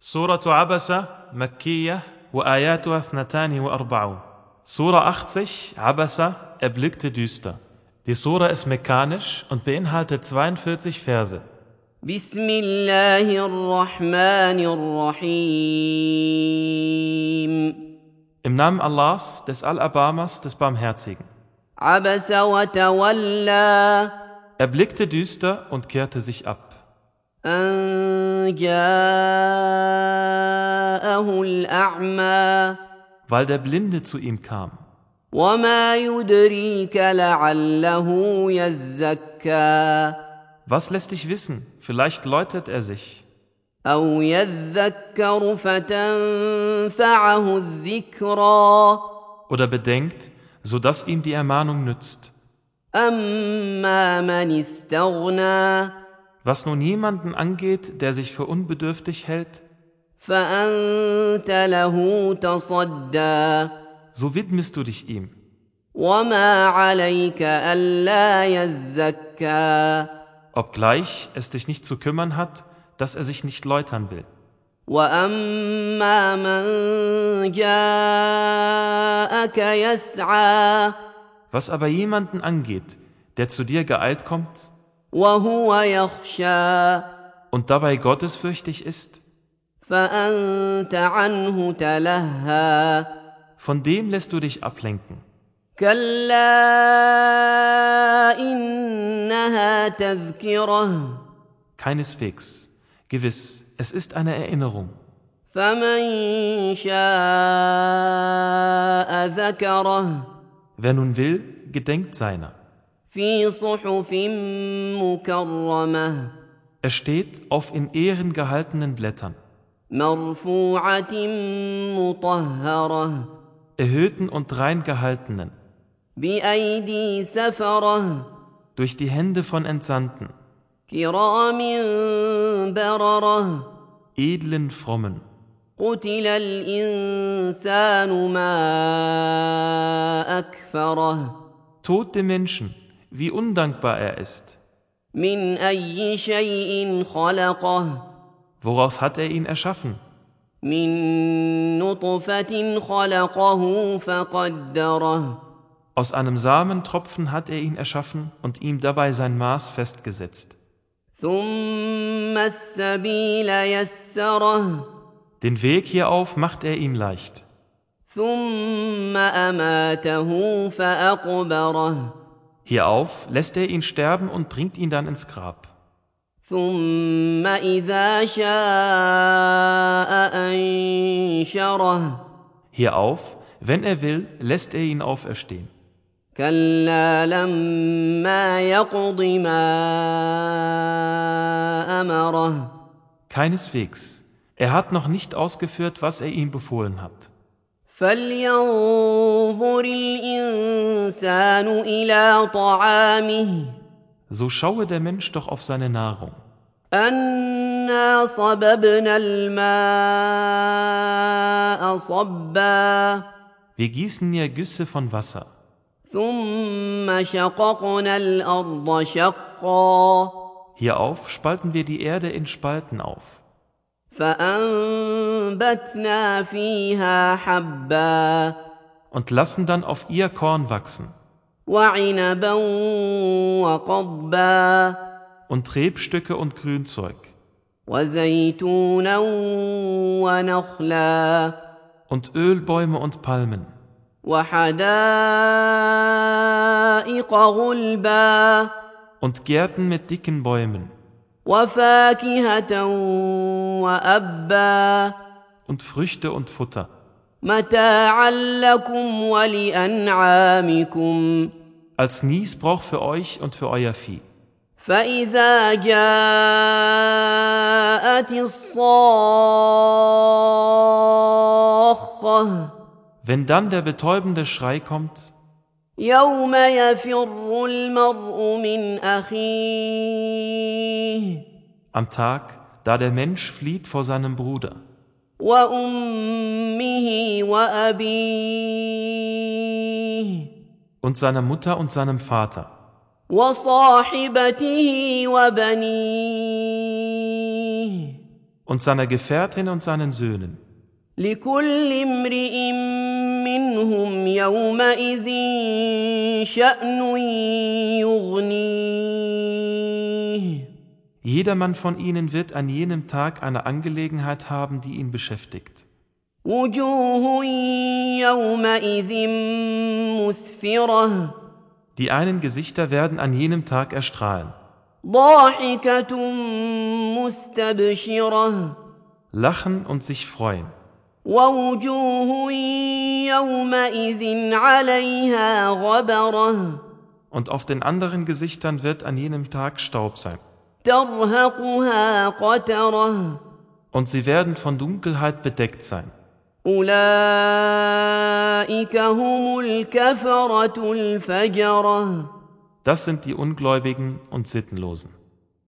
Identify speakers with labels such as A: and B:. A: سورة عبسة مكية وآياتها 42. Sura 80, Abasa, erblickte düster. Die Sura ist mechanisch und beinhaltet 42 Verse.
B: بسم الله الرحمن الرحيم
A: Im Namen Allahs, des Alabamas, des Barmherzigen.
B: عبس وتولى
A: Er blickte düster und kehrte sich ab.
B: أن جاءه الأعمى
A: Weil der Blinde zu ihm kam.
B: وما يدريك لعله يزكى
A: Was lässt dich wissen? Vielleicht läutet er sich.
B: أو يذكر فتنفعه الذكرى
A: Oder bedenkt, sodass ihm die Ermahnung nützt.
B: أما من استغنى
A: Was nun jemanden angeht, der sich für unbedürftig hält,
B: فأنت له تصدى
A: so widmest du dich ihm.
B: وما عليك ألا يزكى
A: obgleich es dich nicht zu kümmern hat, dass er sich nicht läutern will.
B: وأما من جاءك يسعى
A: Was aber jemanden angeht, der zu dir geeilt kommt
B: وهو يخشى
A: und dabei gottesfürchtig ist,
B: فأنت عنه تلهى
A: von dem lässt du dich ablenken.
B: كلا إنها تذكره
A: Keineswegs. Gewiss, es ist eine Erinnerung.
B: فمن شاء ذكره
A: Wer nun will, gedenkt seiner.
B: في صحف مكرمه
A: Er steht auf in Ehren gehaltenen Blättern,
B: مرفوعه مطهره
A: erhöhten und rein gehaltenen,
B: بايدي سفره
A: durch die Hände von Entsandten,
B: كرام برره
A: edlen Frommen.
B: قتل الانسان ما اكفره
A: Tod dem Menschen, wie undankbar er ist.
B: من اي شيء خلقه
A: Woraus hat er ihn erschaffen?
B: من نطفه خلقه فقدره
A: Aus einem Samentropfen hat er ihn erschaffen und ihm dabei sein Maß festgesetzt.
B: ثم السبيل يسره
A: Den Weg hierauf macht er ihm leicht.
B: ثم اماته فاقبره
A: Hierauf lässt er ihn sterben und bringt ihn dann ins Grab.
B: ثم اذا شاء انشره
A: Hierauf, wenn er will, lässt er ihn auferstehen.
B: كلا لما يقض ما امره
A: Keineswegs. Er hat noch nicht ausgeführt, was er ihm befohlen hat.
B: فلينظر الانسان الى طعامه
A: So schaue der Mensch doch auf seine Nahrung.
B: أنا صببنا الماء صبا
A: Wir gießen ja Güsse von Wasser.
B: ثم شققنا الأرض شقا
A: Hierauf spalten wir die Erde in Spalten auf.
B: فأنبتنا فيها حبا
A: und lassen dann auf ihr Korn wachsen
B: وعنبا وقضبا
A: und Rebstöcke und Grünzeug
B: وزيتونا ونخلا
A: und Ölbäume und Palmen
B: وحدائق غلبا
A: und Gärten mit dicken Bäumen
B: وفاكهة وأبا
A: und Früchte und Futter,
B: متاعا لكم ولأنعامكم
A: als Nießbrauch für euch und für euer Vieh.
B: فإذا جاءت الصاخة
A: Wenn dann der betäubende Schrei kommt,
B: يوم يفر المرء من أخيه
A: am Tag, da der Mensch flieht vor seinem Bruder
B: وأمه وأبيه
A: und seiner Mutter und seinem Vater
B: وصاحبته وبنيه
A: und seiner Gefährtin und seinen Söhnen.
B: لكل امرئ منهم يومئذ شأن يغنيه
A: Jedermann von ihnen wird an jenem Tag eine Angelegenheit haben, die ihn beschäftigt.
B: وجوه يومئذ مسفرة
A: Die einen Gesichter werden an jenem Tag erstrahlen,
B: ضاحكة مستبشرة
A: lachen und sich freuen.
B: ووجوه يومئذ عليها غبرة
A: Und auf den anderen Gesichtern wird an jenem Tag Staub sein.
B: ترهقها قترة
A: Und sie werden von Dunkelheit bedeckt sein.
B: أولئك هم الكفرة الفجرة
A: Das sind die Ungläubigen und Sittenlosen.